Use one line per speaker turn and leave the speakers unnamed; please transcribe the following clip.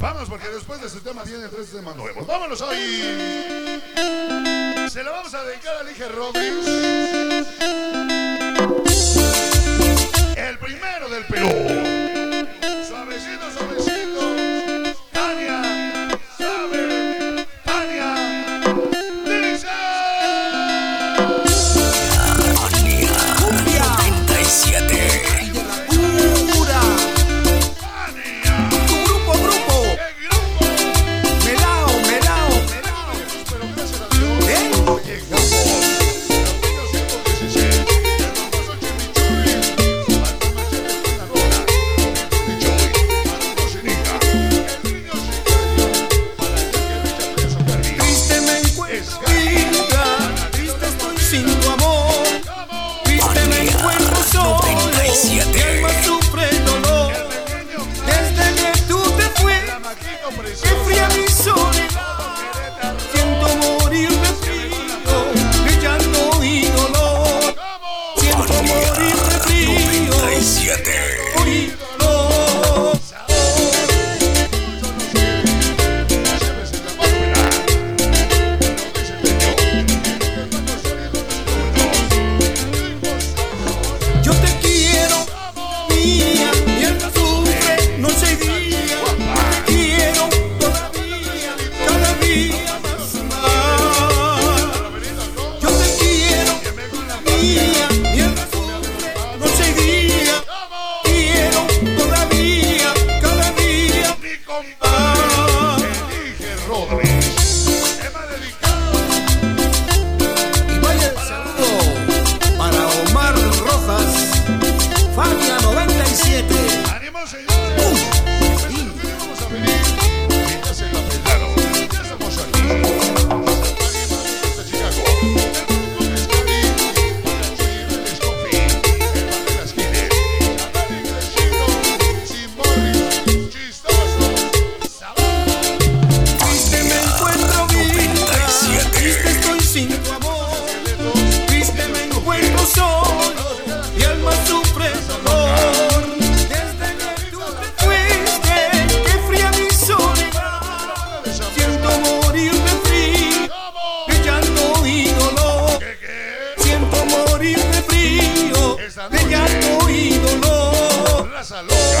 Vamos, porque después de ese tema vienen tres temas nuevos. Vámonos hoy. Se la vamos a dedicar a Lige Rodríguez. El primero del Perú. Suavecito, suavecito. Tania, sabe. Tania, dice.
97.
Pura,
Tania.
tu grupo, grupo.
¡Qué grupo!
Melao, melao, melao.
Pero gracias a Dios,
¿Eh?
llegamos. Camino 116, el famoso chimichurri. Falta más de la lona. Chimichurri, para la cocinita. El niño sicario, para el que lucha preso perdido.
Triste me encuentro vida, triste estoy sin tu amor.
¡Vamos!
Triste me encuentro solo, mi alma sufre el dolor.
El pequeño
Desde que tú te fuiste,
chamaquito
enfría
precioso.
mi soledad. Siento morir de frío, de llanto y dolor.
¡Vamos!
Siento morir de frío,
97.
y dolor. Yo te quiero, mía, mi alma sufre noche y día. Yo te quiero todavía, cada día más y más. Yo te quiero, mía, mi alma sufre noche y día. Te quiero todavía, cada día más. Y vaya el saludo para Omar Rojas, Fania 97. Triste me encuentro vida, triste estoy sin tu amor. Triste me encuentro solo, mi alma sufre dolor. Desde que tú te fuiste, que fría mi soledad. Siento morir de frío, de llanto y dolor. Siento morir de frío, de llanto y dolor.
La salud.